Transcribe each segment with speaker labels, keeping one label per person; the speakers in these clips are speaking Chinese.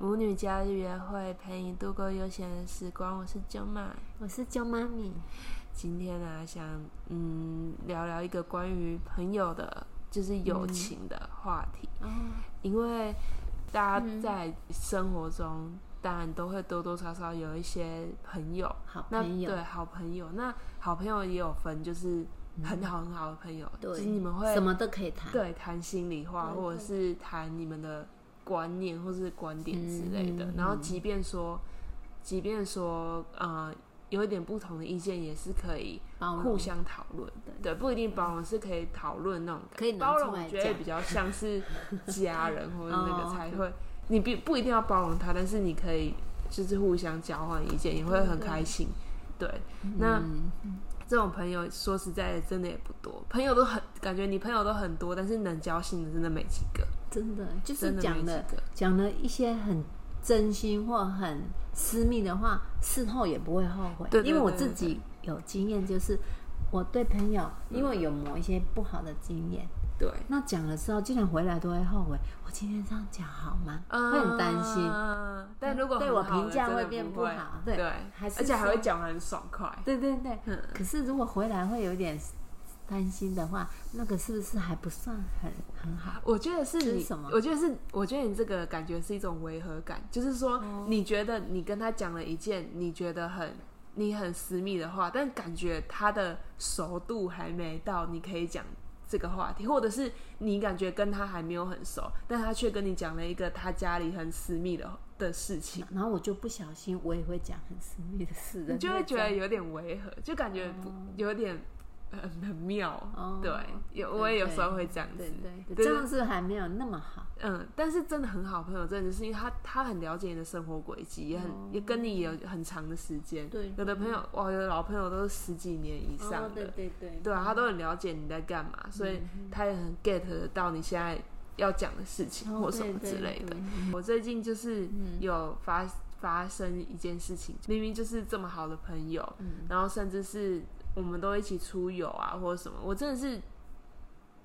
Speaker 1: 母女家约会，陪你度过悠闲的时光。我是舅妈，
Speaker 2: 我是舅妈咪。
Speaker 1: 今天呢、想嗯聊聊一个关于朋友的，就是友情的话题，
Speaker 2: 哦，
Speaker 1: 因为大家
Speaker 2: 嗯
Speaker 1: 在生活中。当然都会多多少少有一些朋友，
Speaker 2: 好
Speaker 1: 那
Speaker 2: 朋友，
Speaker 1: 对好朋友，那好朋友也有分，就是很好很好的朋友，
Speaker 2: 对
Speaker 1: 就是你们会
Speaker 2: 什么都可以谈。
Speaker 1: 对谈心里话，
Speaker 2: 对
Speaker 1: 或者是谈你们的观念或是观点之类的。
Speaker 2: 嗯嗯
Speaker 1: 然后，即便说，即便说，呃，有一点不同的意见，也是可以
Speaker 2: 包容
Speaker 1: 互相讨论。对，不一定包容，是可以讨论那种感觉。
Speaker 2: 可以拿
Speaker 1: 包
Speaker 2: 出
Speaker 1: 容，
Speaker 2: 来
Speaker 1: 我觉得
Speaker 2: 讲
Speaker 1: 比较像 是家人或者那个
Speaker 2: 哦
Speaker 1: 才会，你不不一定要包容他，但是你可以就是互相交换意见，也会很开心。对，那
Speaker 2: 嗯
Speaker 1: 这种朋友说实在的，真的也不多。朋友都很感觉你朋友都很多，但是能交心的真的没几个，
Speaker 2: 真的就
Speaker 1: 真
Speaker 2: 是
Speaker 1: 的没
Speaker 2: 讲
Speaker 1: 几
Speaker 2: 了
Speaker 1: 个。
Speaker 2: 讲了一些很真心或很私密的话，事后也不会后悔。
Speaker 1: 对对
Speaker 2: 因为我
Speaker 1: 对对
Speaker 2: 自己有经验，就是我对朋友，因为有某一些不好的经验，
Speaker 1: 对，
Speaker 2: 那讲了之后，竟然回来都会后悔，我今天这样讲好吗？会很担心。
Speaker 1: 嗯但如果
Speaker 2: 对
Speaker 1: 很
Speaker 2: 我
Speaker 1: 好的
Speaker 2: 评价
Speaker 1: 真的
Speaker 2: 会变
Speaker 1: 不
Speaker 2: 不好
Speaker 1: 对，
Speaker 2: 对还是
Speaker 1: 而且还会
Speaker 2: 说
Speaker 1: 讲得很爽快。
Speaker 2: 对对对，
Speaker 1: 嗯
Speaker 2: 可是如果回来会有点担心的话，那个是不是还不算很很好？
Speaker 1: 我觉得是
Speaker 2: 这是
Speaker 1: 你，
Speaker 2: 什么
Speaker 1: 我觉得是，我觉得你这个感觉是一种违和感，就是说，
Speaker 2: 哦
Speaker 1: 你觉得你跟他讲了一件你觉得很你很私密的话，但感觉他的熟度还没到，你可以讲这个话题，或者是你感觉跟他还没有很熟，但他却跟你讲了一个他家里很私密的的事情，
Speaker 2: 然后我就不小心，我也会讲很私密的事的，
Speaker 1: 你就会觉得
Speaker 2: 对
Speaker 1: 有点违和，就感觉不、
Speaker 2: 哦
Speaker 1: 有点很很妙。
Speaker 2: 哦
Speaker 1: 对，有我也有时候会这样子
Speaker 2: 对，哦对，
Speaker 1: 对
Speaker 2: 这样是还没有那么好。
Speaker 1: 嗯，但是真的很好朋友，真的就是因为他他很了解你的生活轨迹，也很、也跟你有很长的时间。
Speaker 2: 哦对
Speaker 1: 有的朋友哇，有的老朋友都是十几年以
Speaker 2: 哦
Speaker 1: 上，的，
Speaker 2: 对嗯对对，
Speaker 1: 对啊，他都很了解你在干嘛，所以他也很 get 得到你现在要讲的事情
Speaker 2: 哦
Speaker 1: 或什么之类的。。我最近就是
Speaker 2: 嗯
Speaker 1: 有发、发生一件事情，明明就是这么好的朋友，
Speaker 2: 嗯
Speaker 1: 然后甚至是我们都一起出游啊或者什么，我真的是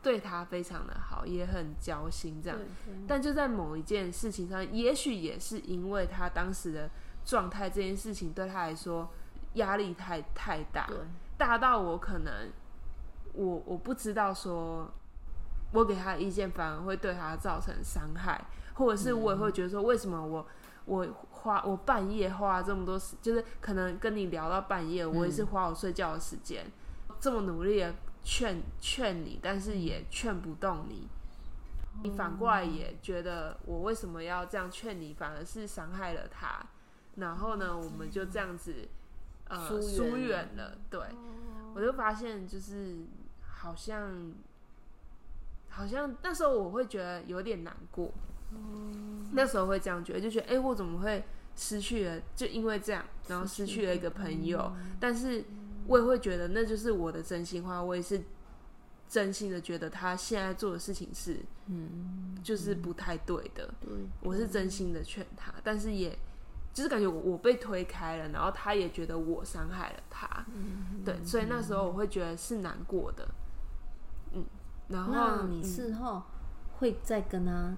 Speaker 1: 对他非常的好，也很交心这
Speaker 2: 这
Speaker 1: 样。
Speaker 2: 样
Speaker 1: 但就在某一件事情上，也许也是因为他当时的状态，这件事情对他来说压力太太大，
Speaker 2: 对，
Speaker 1: 大到我可能我我不知道说，我给他的意见反而会对他造成伤害，或者是我也会觉得说，为什么我我花我半夜花这么多时，就是可能跟你聊到半夜，我也是花我睡觉的时间，这么努力的劝劝你，但是也劝不动你。你反过来也觉得我为什么要这样劝你，反而是伤害了他。然后呢，我们就这样子呃
Speaker 2: 疏远
Speaker 1: 疏远了。哦对，我就发现就是好像好像那时候我会觉得有点难过，哦那时候会这样觉得，就觉得哎、诶我怎么会失去了？就因为这样，然后失去了一个朋友，但是我也会觉得那就是我的真心话，我也是真心的觉得他现在做的事情是，嗯，就是不太对的。
Speaker 2: 对，
Speaker 1: 我是真心的劝他，但是也就是感觉我我被推开了，然后他也觉得我伤害了他，
Speaker 2: 嗯
Speaker 1: 对，所以那时候我会觉得是难过的，嗯，然后
Speaker 2: 那你
Speaker 1: 嗯
Speaker 2: 事后会再跟他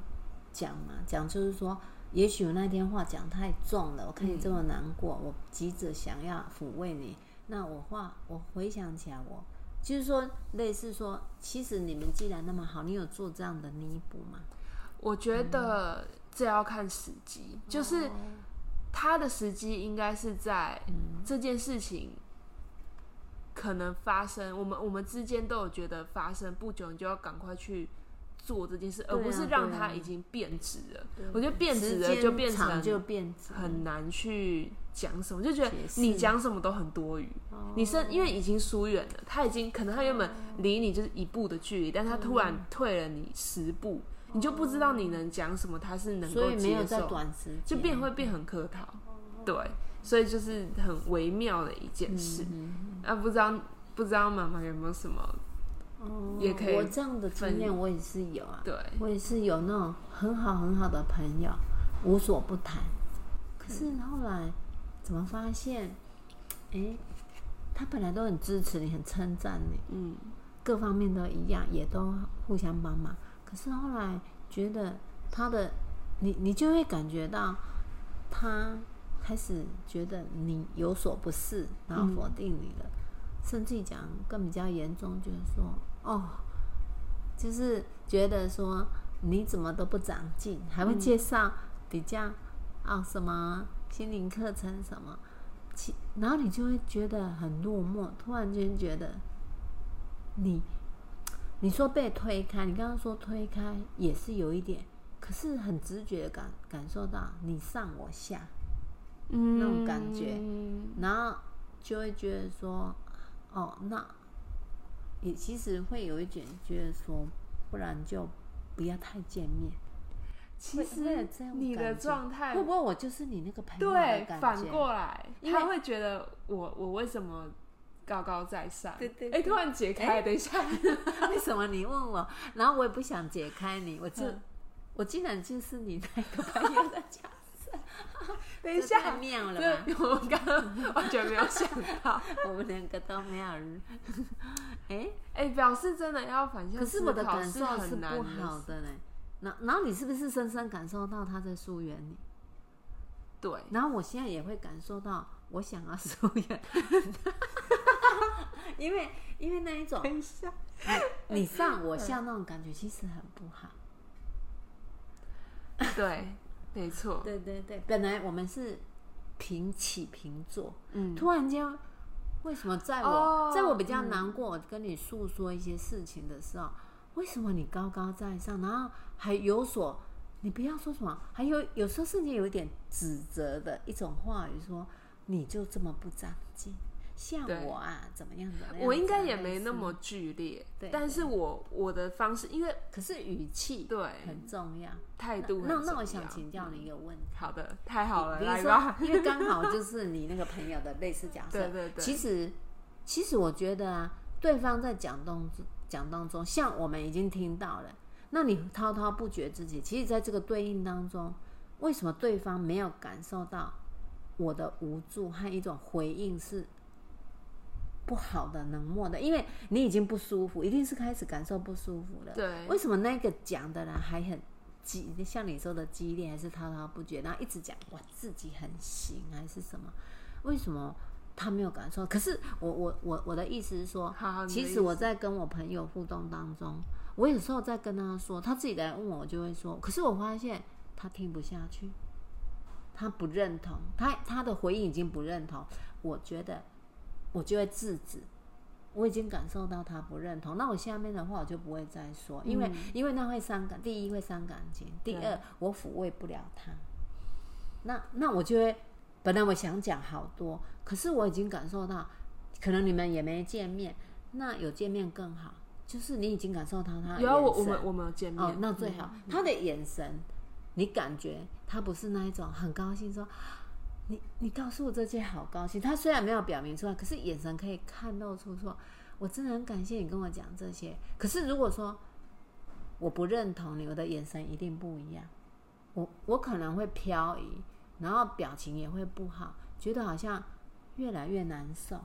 Speaker 2: 讲吗？讲就是说，也许我那天话讲太重了，我看你这么难过，我急着想要抚慰你。那我话，我回想起来我，就是说，类似说，其实你们既然那么好，你有做这样的弥补吗？
Speaker 1: 我觉
Speaker 2: 嗯
Speaker 1: 得这要看时机，
Speaker 2: 哦
Speaker 1: 就是他的时机应该是在
Speaker 2: 嗯
Speaker 1: 这件事情可能发生，我们我们之间都有觉得发生不久，你就要赶快去。做这件事，而
Speaker 2: 对啊
Speaker 1: 不是让
Speaker 2: 对啊
Speaker 1: 它已经变质了。我觉得变质
Speaker 2: 时
Speaker 1: 了
Speaker 2: 间
Speaker 1: 就变
Speaker 2: 长
Speaker 1: 成
Speaker 2: 就变成
Speaker 1: 很难去讲什么，就觉得
Speaker 2: 解释哦
Speaker 1: 你讲什么都很多余。你甚因为已经疏远了，他已经可能他原本离你就是一步的距离，但他突
Speaker 2: 嗯
Speaker 1: 然退了你十步，你就不知道你能讲什么，他是能
Speaker 2: 所
Speaker 1: 够
Speaker 2: 以没有
Speaker 1: 接
Speaker 2: 在
Speaker 1: 受，
Speaker 2: 短时间
Speaker 1: 就变会变很客套，对，所以就是很微妙的一件
Speaker 2: 嗯
Speaker 1: 事。啊，不知道不知道妈妈有没有什么
Speaker 2: 哦
Speaker 1: 也可以
Speaker 2: 我这样的经验我也是有啊，
Speaker 1: 对
Speaker 2: 我也是有那种很好很好的朋友，无所不谈。可是后来怎么发现，哎，他本来都很支持你，很称赞你，
Speaker 1: 嗯
Speaker 2: 各方面都一样，也都互相帮忙。可是后来觉得他的你你就会感觉到他开始觉得你有所不适，然后否定你了，甚至讲更比较严重，就是说哦，就是觉得说你怎么都不长进，还会介绍比较啊、什么心灵课程什么，其然后你就会觉得很落寞，突然间觉得你你说被推开，你刚刚说推开也是有一点，可是很直觉的感感受到你上我下，
Speaker 1: 嗯，
Speaker 2: 那种感觉然后就会觉得说，哦，那也其实会有一点觉得说，不然就不要太见面。
Speaker 1: 其
Speaker 2: 会会有
Speaker 1: 实
Speaker 2: 这种
Speaker 1: 你的
Speaker 2: 感觉
Speaker 1: 状态
Speaker 2: 会不会我就是你那个朋友的
Speaker 1: 对
Speaker 2: 感觉？
Speaker 1: 反过来，
Speaker 2: 因为
Speaker 1: 他会觉得我我为什么高高在上？
Speaker 2: 对对
Speaker 1: 哎，
Speaker 2: 对
Speaker 1: 突然解开，等一下，
Speaker 2: 为什么你问我？然后我也不想解开你，我就、
Speaker 1: 嗯
Speaker 2: 我竟然就是你那个朋友的角色，
Speaker 1: 等一
Speaker 2: 这
Speaker 1: 下
Speaker 2: 太，妙了吧？
Speaker 1: 这我刚刚完全没有想 到。
Speaker 2: 我们两个都没有人， 哎、
Speaker 1: 哎、表示哎真的要反向
Speaker 2: 可是
Speaker 1: 思
Speaker 2: 我的
Speaker 1: 考
Speaker 2: 感受
Speaker 1: 很
Speaker 2: 是
Speaker 1: 难
Speaker 2: 不好的嘞。然然后你是不是深深感受到他在疏远你？
Speaker 1: 对，
Speaker 2: 然后我现在也会感受到我想要疏远， 因为因为那一 种
Speaker 1: 等一下，
Speaker 2: 你上我下那种感觉其实很不好。
Speaker 1: 对，没错，
Speaker 2: 对对对，本来我们是平起平坐，
Speaker 1: 嗯，
Speaker 2: 突然间，为什么在我、
Speaker 1: 哦
Speaker 2: 在我比较难过，我跟你诉说一些事情的时候，为什么你高高在上，然后还有所，你不要说什么，还有有时候甚至有一点指责的一种话语说你就这么不长进，像
Speaker 1: 对
Speaker 2: 我啊，怎么样怎么样，
Speaker 1: 我应该也
Speaker 2: 怎么样
Speaker 1: 没那，么
Speaker 2: 类
Speaker 1: 剧烈，
Speaker 2: 对
Speaker 1: 但是我我的方式，因为
Speaker 2: 似可是语气
Speaker 1: 对
Speaker 2: 很重要。
Speaker 1: 态
Speaker 2: 那
Speaker 1: 度很
Speaker 2: 那那
Speaker 1: 重
Speaker 2: 我
Speaker 1: 要
Speaker 2: 想请教你一个问题。
Speaker 1: 好的，太好了，
Speaker 2: 比如
Speaker 1: 来
Speaker 2: 说
Speaker 1: 吧，，
Speaker 2: 因为刚好就是你那个朋友的类似角色。
Speaker 1: 对对对
Speaker 2: 其实，其实我觉得啊，对方在讲当中讲当中，像我们已经听到了，那你滔滔不绝自己，其实在这个对应当中，为什么对方没有感受到我的无助和一种回应是？不好的、冷漠的，因为你已经不舒服，一定是开始感受不舒服了。
Speaker 1: 对
Speaker 2: 为什么那个讲的人还很激，像你说的激烈，还是滔滔不绝，然后一直讲我自己很行还是什么？为什么他没有感受？可是我我我我的意思是说，
Speaker 1: 好好你的
Speaker 2: 其
Speaker 1: 意
Speaker 2: 实
Speaker 1: 思
Speaker 2: 我在跟我朋友互动当中，我有时候在跟他说，他自己来问我，我就会说，可是我发现他听不下去，他不认同，他他的回应已经不认同，我觉得我就会制止。我已经感受到他不认同，那我下面的话我就不会再说，因为、因为那会伤感，第一会伤感情，第
Speaker 1: 嗯对
Speaker 2: 二我抚慰不了他。那那我就会，本来我想讲好多，可是我已经感受到，可能你们也没见面，那有见面更好，就是你已经感受到他的
Speaker 1: 有啊，我
Speaker 2: 眼
Speaker 1: 我
Speaker 2: 神
Speaker 1: 们我们有见面，
Speaker 2: 哦，那最好，他的眼神，你感觉他不是那一种很高兴说。你你告诉我这些好高兴，他虽然没有表明出来，可是眼神可以看露出说，我真的很感谢你跟我讲这些。可是如果说我不认同你，我的眼神一定不一样，我我可能会漂移，然后表情也会不好，觉得好像越来越难受，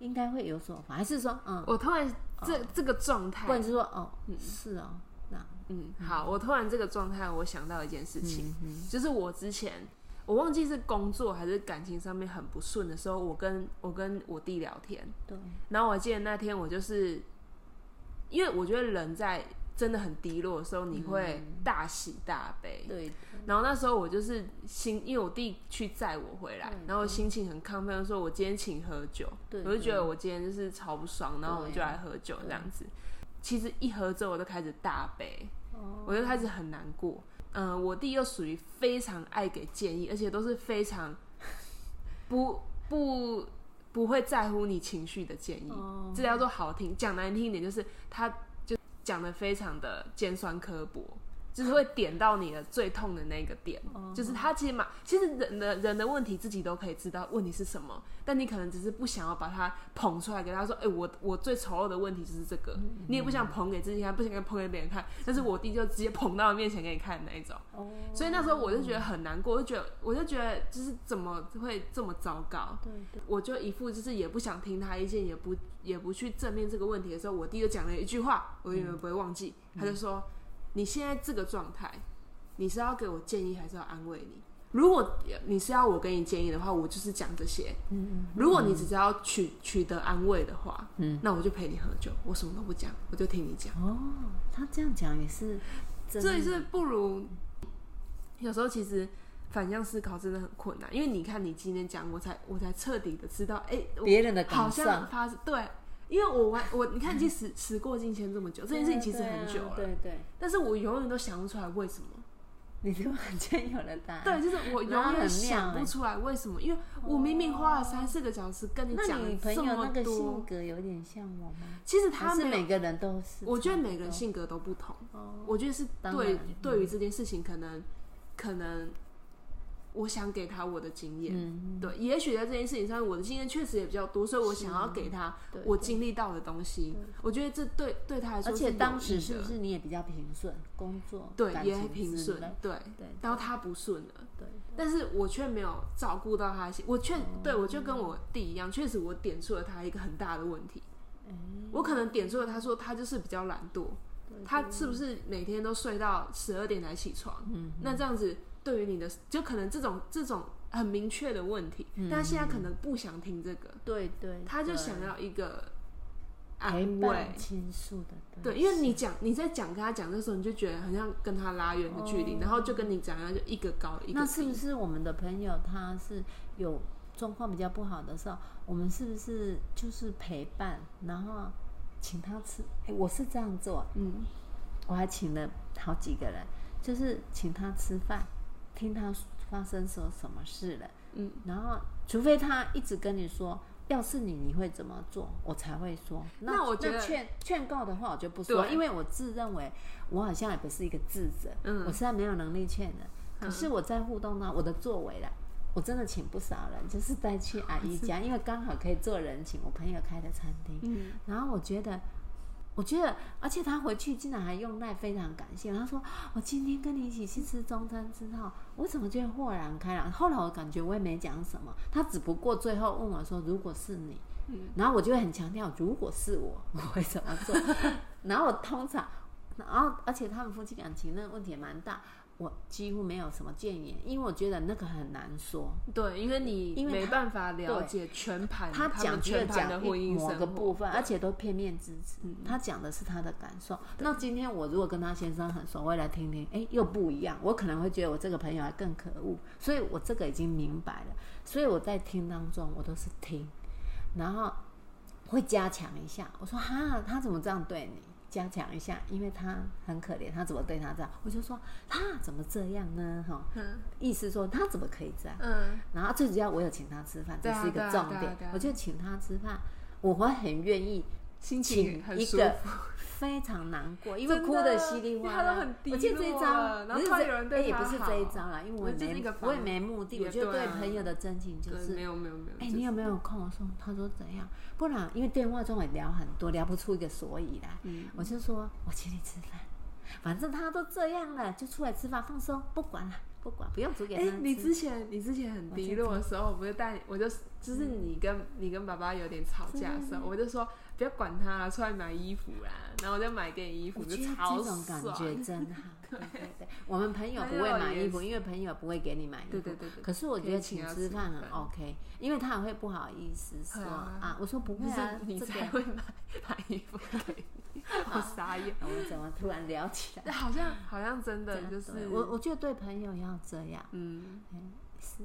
Speaker 2: 应该会有所反，还是说嗯，
Speaker 1: 我突然这、这个状
Speaker 2: 不然
Speaker 1: 态，
Speaker 2: 就说哦是哦，那
Speaker 1: 嗯，好，我突然这个状态，我想到一件事情，
Speaker 2: 嗯
Speaker 1: 就是我之前。我忘记是工作还是感情上面很不顺的时候，我跟我跟我弟聊天，
Speaker 2: 对。
Speaker 1: 然后我记得那天我就是，因为我觉得人在真的很低落的时候，你会大喜大悲。
Speaker 2: 嗯对，
Speaker 1: 然后那时候我就是心，因为我弟去载我回来，
Speaker 2: 嗯
Speaker 1: 然后我心情很亢奋，说我今天请喝酒，
Speaker 2: 对嗯
Speaker 1: 我就觉得我今天就是超不爽，然后我们就
Speaker 2: 对
Speaker 1: 来喝酒这样子。其实一喝之后我就开始大悲，
Speaker 2: 哦
Speaker 1: 我就开始很难过。嗯、我弟又属于非常爱给建议，而且都是非常不不不会在乎你情绪的建议。
Speaker 2: 哦
Speaker 1: 这叫做好听，讲难听一点就是他就讲的非常的尖酸刻薄，就是会点到你的最痛的那个点。
Speaker 2: 嗯
Speaker 1: 就是他其实嘛，其实人的人的问题自己都可以知道问题是什么，但你可能只是不想要把它捧出来给他说，哎、我我最丑陋的问题就是这
Speaker 2: 嗯
Speaker 1: 个，你也不想捧给自己看，不想给捧给别人看，但是我弟就直接捧到面前给你看的那一种。
Speaker 2: 哦，
Speaker 1: 所以那时候我就觉得很难过，我就觉得我就觉得就是怎么会这么糟糕？
Speaker 2: 对对，
Speaker 1: 我就一副就是也不想听他意见，也不也不去正面这个问题的时候，
Speaker 2: 嗯
Speaker 1: 我弟就讲了一句话，我永远不会忘记，他就说：“你现在这个状态，你是要给我建议，还是要安慰你？如果你是要我给你建议的话，我就是讲这些。
Speaker 2: 嗯，
Speaker 1: 如果你只是要取取得安慰的话，
Speaker 2: 嗯，
Speaker 1: 那我就陪你喝酒，我什么都不讲，我就听你讲。
Speaker 2: 哦，他这样讲也是真的，
Speaker 1: 所以是不如有时候其实反向思考真的很困难，因为你看你今天讲，我才我才彻底的知道，哎、我
Speaker 2: 别人的
Speaker 1: 好
Speaker 2: 感受，
Speaker 1: 像发对，因为我玩我你看，已经时时过境迁这么久，这件事情其实很久了，
Speaker 2: 对啊对啊对对，
Speaker 1: 但是我永远都想不出来为什么。
Speaker 2: 你突然间有了答案，
Speaker 1: 对，就是我
Speaker 2: 然后
Speaker 1: 永远
Speaker 2: 啊很
Speaker 1: 想
Speaker 2: 妙
Speaker 1: 不
Speaker 2: 欸
Speaker 1: 出来为什么，因为我明明花了三四个小时跟你
Speaker 2: 那
Speaker 1: 讲
Speaker 2: 你
Speaker 1: 了
Speaker 2: 朋
Speaker 1: 这
Speaker 2: 友那
Speaker 1: 么
Speaker 2: 个性
Speaker 1: 多，
Speaker 2: 格有点像我吗？
Speaker 1: 其实他
Speaker 2: 还是
Speaker 1: 没
Speaker 2: 每
Speaker 1: 有，
Speaker 2: 个人都是，
Speaker 1: 我觉得每个人，性格都不同。
Speaker 2: 哦，
Speaker 1: 我觉得是
Speaker 2: 当
Speaker 1: 对
Speaker 2: 然嗯
Speaker 1: 对于这件事情，可能可能我想给他我的经验，
Speaker 2: 嗯，哦
Speaker 1: 对，也许在这件事情上面，我的经验确实也比较多，所以我想要给他
Speaker 2: 对
Speaker 1: 我
Speaker 2: 对
Speaker 1: 经历到的东西。我觉得这对对他来说
Speaker 2: 而
Speaker 1: 是有益
Speaker 2: 且
Speaker 1: 的，
Speaker 2: 当时是不是你也比较平顺，工作
Speaker 1: 对
Speaker 2: 感
Speaker 1: 也
Speaker 2: 情
Speaker 1: 平
Speaker 2: 之
Speaker 1: 顺
Speaker 2: 类，
Speaker 1: 对，
Speaker 2: 对
Speaker 1: 然后他不顺了。
Speaker 2: 对，哦
Speaker 1: 但是我却没有照顾到他的心，我确对我就跟我弟一样，确实我点出了他一个很大的问题。我可能点出了他说他就是比较懒惰，他是不是每天都睡到十二点才起床？
Speaker 2: 嗯，
Speaker 1: 那这样子对于你的就可能这种这种很明确的问题，但他现在可能不想听这个，
Speaker 2: 对嗯对，
Speaker 1: 他就
Speaker 2: 对
Speaker 1: 想要一个
Speaker 2: 陪
Speaker 1: 安慰
Speaker 2: 伴。倾诉的，
Speaker 1: 对，因为你讲你在讲跟他讲的时候，你就觉得很像跟他拉远的距离，然后就跟你讲，然后就一个高一个低。
Speaker 2: 哦那是不是我们的朋友他是有状况比较不好的时候，我们是不是就是陪伴，然后请他吃？哎，我是这样做，
Speaker 1: 嗯，
Speaker 2: 我还请了好几个人，就是请他吃饭，听他发生说什么事了，
Speaker 1: 嗯，
Speaker 2: 然后除非他一直跟你说。要是你，你会怎么做？我才会说。
Speaker 1: 那我觉得
Speaker 2: 劝劝告的话，我就不说，
Speaker 1: 对
Speaker 2: 因为我自认为我好像也不是一个智者，
Speaker 1: 嗯
Speaker 2: 我实在没有能力劝人。可是我在互动呢，我的作为啦，我真的请不少人，就是带去阿姨家，因为刚好可以做人情，我朋友开的餐厅。
Speaker 1: 嗯
Speaker 2: 然后我觉得，我觉得，而且他回去竟然还用赖，非常感谢。他说：“我今天跟你一起去吃中餐之后，我怎么觉得豁然开朗？”后来我感觉我也没讲什么，他只不过最后问我说：“如果是你。”
Speaker 1: 嗯
Speaker 2: 然后我就会很强调，如果是我，我会怎么做？然后我通常，然后而且他们夫妻感情那个问题也蛮大，我几乎没有什么建言，因为我觉得那个很难说。
Speaker 1: 对，因为你
Speaker 2: 因为
Speaker 1: 没
Speaker 2: 他
Speaker 1: 办法了
Speaker 2: 对
Speaker 1: 解全盘，
Speaker 2: 他
Speaker 1: 们
Speaker 2: 讲只有
Speaker 1: 全盘
Speaker 2: 讲
Speaker 1: 的
Speaker 2: 一
Speaker 1: 婚姻
Speaker 2: 某
Speaker 1: 生
Speaker 2: 个
Speaker 1: 活嗯
Speaker 2: 部分，而且都片面之词。他讲的是他的感受。那今天我如果跟他先生很熟，我也来听听，哎，又不一样。我可能会觉得我这个朋友还更可恶，所以我这个已经明白了。所以我在听当中，我都是听，然后会加强一下。我说哈，他怎么这样对你？加强一下，因为他很可怜，他怎么对他这样？我就说他怎么这样呢？哈、
Speaker 1: 嗯
Speaker 2: 意思说他怎么可以这样？
Speaker 1: 嗯
Speaker 2: 然后最主要我有请他吃饭，
Speaker 1: 对
Speaker 2: 这
Speaker 1: 啊
Speaker 2: 是一个
Speaker 1: 对啊
Speaker 2: 重
Speaker 1: 对啊
Speaker 2: 点
Speaker 1: 对啊。
Speaker 2: 我就请他吃饭，我会很愿意
Speaker 1: 心
Speaker 2: 请
Speaker 1: 情很
Speaker 2: 一
Speaker 1: 舒
Speaker 2: 个
Speaker 1: 服，
Speaker 2: 非常难过，因为
Speaker 1: 真
Speaker 2: 哭
Speaker 1: 的
Speaker 2: 得稀里
Speaker 1: 因为
Speaker 2: 哗
Speaker 1: 他都
Speaker 2: 啦
Speaker 1: 很。低
Speaker 2: 我记得这一
Speaker 1: 落啊
Speaker 2: 招
Speaker 1: 了，然
Speaker 2: 不
Speaker 1: 后
Speaker 2: 是
Speaker 1: 突然
Speaker 2: 这
Speaker 1: 有人对
Speaker 2: 哎也
Speaker 1: 他
Speaker 2: 不是这一
Speaker 1: 好
Speaker 2: 招啦，因为我
Speaker 1: 那就是一
Speaker 2: 也没
Speaker 1: 个
Speaker 2: 我也
Speaker 1: 方
Speaker 2: 没目的，
Speaker 1: 也
Speaker 2: 我就
Speaker 1: 对
Speaker 2: 对
Speaker 1: 啊
Speaker 2: 朋友的真情就
Speaker 1: 对，
Speaker 2: 是
Speaker 1: 没有没有没有，
Speaker 2: 哎、
Speaker 1: 就是
Speaker 2: 你有没有空？我说，他说怎样？不然，因为电话中也聊很多，聊不出一个所以来。
Speaker 1: 嗯
Speaker 2: 我就说，我请你吃饭，反正他都这样了，就出来吃饭放松，不管了，不管，不用煮给他
Speaker 1: 哎
Speaker 2: 吃。，
Speaker 1: 你之前你之前很低落的时候，我不是带你我就就是你跟你跟爸爸有点吵架的时
Speaker 2: 嗯
Speaker 1: 候，我就说不要管他啦，出来买衣服啦，然后我就买给你衣服，
Speaker 2: 我
Speaker 1: 就
Speaker 2: 觉得
Speaker 1: 超
Speaker 2: 这种感觉
Speaker 1: 爽。
Speaker 2: 真好。对 对对，我们朋友不会买衣服，因为朋友不会给你买衣服。
Speaker 1: 对对对对
Speaker 2: 可是我觉
Speaker 1: 可以
Speaker 2: 得
Speaker 1: 请
Speaker 2: 请
Speaker 1: 他吃
Speaker 2: 吃饭很
Speaker 1: 饭
Speaker 2: OK，因为他也会不好意思说
Speaker 1: 对啊
Speaker 2: 啊，我说不会
Speaker 1: 就
Speaker 2: 啊
Speaker 1: 是， 你
Speaker 2: 这个
Speaker 1: 才会买 买衣服给你，我傻眼。啊
Speaker 2: 我们怎么突然聊起来？
Speaker 1: 好像好像真的就是
Speaker 2: 对我，我觉得对朋友要这样。
Speaker 1: 嗯，
Speaker 2: 哎是，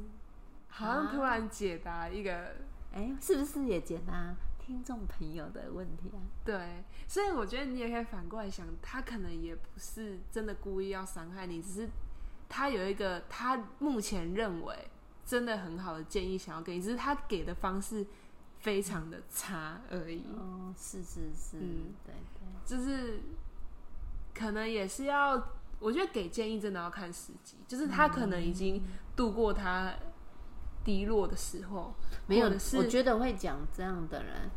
Speaker 1: 好啊像突然解答一个
Speaker 2: 哎，是不是也解答听众朋友的问题啊？
Speaker 1: 对，所以我觉得你也可以反过来想，他可能也不是真的故意要伤害你，只是他有一个他目前认为真的很好的建议想要给你，只是他给的方式非常的差而已，
Speaker 2: 哦，是是是，
Speaker 1: 嗯
Speaker 2: 对对，
Speaker 1: 就是可能也是要，我觉得给建议真的要看时机，就是他可能已经度过他低落的时候，
Speaker 2: 没有
Speaker 1: 或者是嗯
Speaker 2: 我觉得会讲这样的人，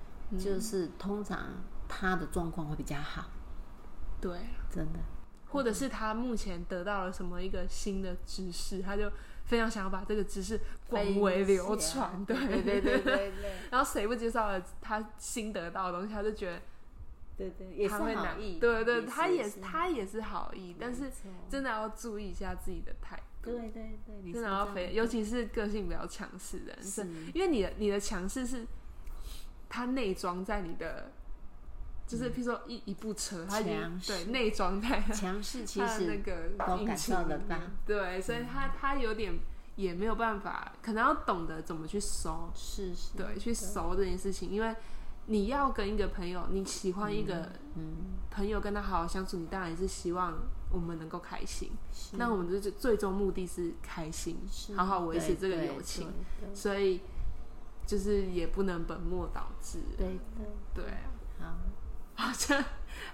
Speaker 2: 就是通常他的状况会比较好，
Speaker 1: 对。
Speaker 2: 真的。
Speaker 1: 或者是他目前得到了什么一个新的知识，他就非常想要把这个知识广为流传。
Speaker 2: 啊 对对对对对。
Speaker 1: 然后谁不介绍了他新得到的东西，他就觉得
Speaker 2: 对对，也是
Speaker 1: 他会
Speaker 2: 好
Speaker 1: 难
Speaker 2: 意，
Speaker 1: 对对，
Speaker 2: 是
Speaker 1: 他也
Speaker 2: 是
Speaker 1: 他也是好意，但
Speaker 2: 没
Speaker 1: 是
Speaker 2: 错
Speaker 1: 真的要注意一下自己的态度，
Speaker 2: 对对对，你
Speaker 1: 真的
Speaker 2: 说
Speaker 1: 要
Speaker 2: 这
Speaker 1: 非，
Speaker 2: 样
Speaker 1: 尤其是个性比较强势的人，
Speaker 2: 是
Speaker 1: 是因为你的你的强势是它内装在你的，就是譬如说一一部车，它已经
Speaker 2: 嗯强势
Speaker 1: 对内装在它
Speaker 2: 强势， 其
Speaker 1: 它的那
Speaker 2: 实
Speaker 1: 个
Speaker 2: 都
Speaker 1: 引
Speaker 2: 感
Speaker 1: 擎
Speaker 2: 受得
Speaker 1: 里
Speaker 2: 到
Speaker 1: 面，对，所以它它有点也没有办法，可能要懂得怎么去收，
Speaker 2: 哦是是，
Speaker 1: 对，去熟这件事情，因为你要跟一个朋友，你喜欢一个
Speaker 2: 嗯，
Speaker 1: 朋友，跟他好好相处，你当然也是希望我们能够开心。
Speaker 2: 是
Speaker 1: 那我们就是最终目的是开心，
Speaker 2: 是
Speaker 1: 好好维持
Speaker 2: 对
Speaker 1: 这个
Speaker 2: 对
Speaker 1: 友情，
Speaker 2: 对对
Speaker 1: 所以就是也不能本末倒置。
Speaker 2: 对
Speaker 1: 对
Speaker 2: 对，
Speaker 1: 啊，
Speaker 2: 好，
Speaker 1: 好像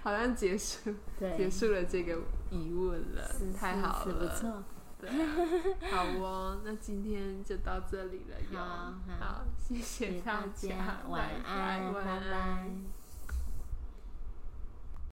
Speaker 1: 好像结束结
Speaker 2: 对，
Speaker 1: 束了这个疑问了，
Speaker 2: 是
Speaker 1: 太
Speaker 2: 是
Speaker 1: 好
Speaker 2: 是
Speaker 1: 了，
Speaker 2: 不错，
Speaker 1: 对啊、好哦，那今天就到这里了哟。
Speaker 2: 好好
Speaker 1: 谢谢
Speaker 2: 谢谢大
Speaker 1: 家
Speaker 2: 家，，晚
Speaker 1: 拜拜晚
Speaker 2: 安，拜
Speaker 1: 安
Speaker 2: 拜。